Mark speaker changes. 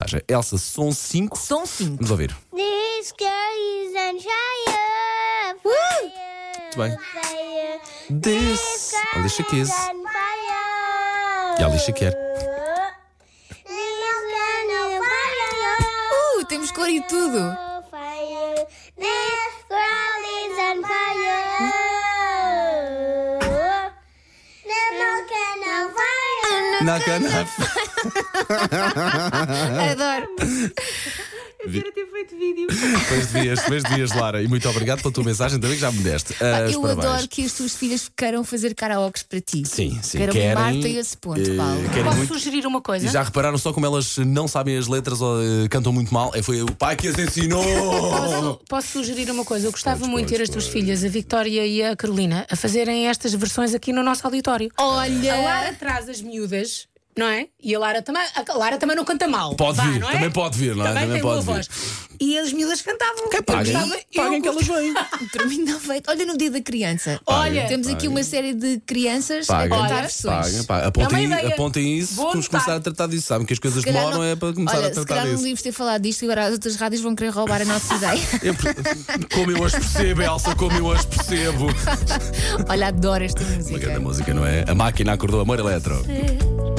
Speaker 1: mensagem. Elsa, som 5.
Speaker 2: São cinco.
Speaker 1: Vamos ouvir.
Speaker 3: This girl is on fire. Muito
Speaker 1: bem.
Speaker 3: Fire.
Speaker 1: This. Alicia Keys.
Speaker 3: On fire.
Speaker 1: E a Alicia quer.
Speaker 3: This girl is on
Speaker 2: Uh, temos cor e tudo.
Speaker 3: fire. This girl is on fire. This girl on fire.
Speaker 1: Not gonna. Ah,
Speaker 2: Adoro.
Speaker 1: Pois devias, pois devias, Lara. E muito obrigado pela tua mensagem também, que já me deste. Ah, os
Speaker 2: Eu
Speaker 1: parabéns.
Speaker 2: adoro que as tuas filhas queiram fazer karaokes para ti.
Speaker 1: Sim, sim.
Speaker 2: Quero
Speaker 1: Querem,
Speaker 2: levar-te a esse ponto,
Speaker 1: eh,
Speaker 2: Paulo.
Speaker 1: querem
Speaker 4: Posso
Speaker 1: muito.
Speaker 4: sugerir uma coisa?
Speaker 1: E já repararam só como elas não sabem as letras ou eh, cantam muito mal? É, foi o pai que as ensinou!
Speaker 4: Posso, posso sugerir uma coisa? Eu gostava
Speaker 1: Podes,
Speaker 4: muito de ter
Speaker 1: podes,
Speaker 4: as tuas
Speaker 1: podes.
Speaker 4: filhas, a Victória e a Carolina, a fazerem estas versões aqui no nosso auditório.
Speaker 2: Olha.
Speaker 4: A Lara traz as miúdas, não é? E a Lara também, a Lara também não canta mal.
Speaker 1: Pode
Speaker 4: Vá,
Speaker 1: vir,
Speaker 4: não é?
Speaker 1: também pode vir, não é?
Speaker 4: Também,
Speaker 1: Também
Speaker 4: tem boa
Speaker 1: pode vir. é
Speaker 4: voz. E as miúdas cantavam. Eu
Speaker 1: paguem,
Speaker 4: gostava- eu
Speaker 1: paguem que elas vêm.
Speaker 2: Para mim não feito. Olha no dia da criança.
Speaker 4: Olha.
Speaker 2: Temos aqui uma série de crianças
Speaker 1: Paga,
Speaker 2: a
Speaker 4: Olha.
Speaker 2: cantar versões.
Speaker 1: paga,
Speaker 2: Se
Speaker 1: paga. Apontem,
Speaker 4: É uma ideia.
Speaker 1: apontem isso,
Speaker 4: Vou
Speaker 1: vamos
Speaker 4: anotar.
Speaker 1: começar a tratar disso. Sabem que as coisas
Speaker 2: calhar
Speaker 1: demoram, é para começar
Speaker 2: Olha,
Speaker 1: a
Speaker 2: se
Speaker 1: tratar
Speaker 2: calhar não
Speaker 1: disso.
Speaker 2: devíamos ter falado disto e agora as outras rádios vão querer roubar a nossa ideia.
Speaker 1: Eu per- como eu as percebo, Elsa, como eu as percebo. Uma
Speaker 2: Olha, adoro esta música.
Speaker 1: grande música, não é? A máquina acordou amor eletro.
Speaker 3: This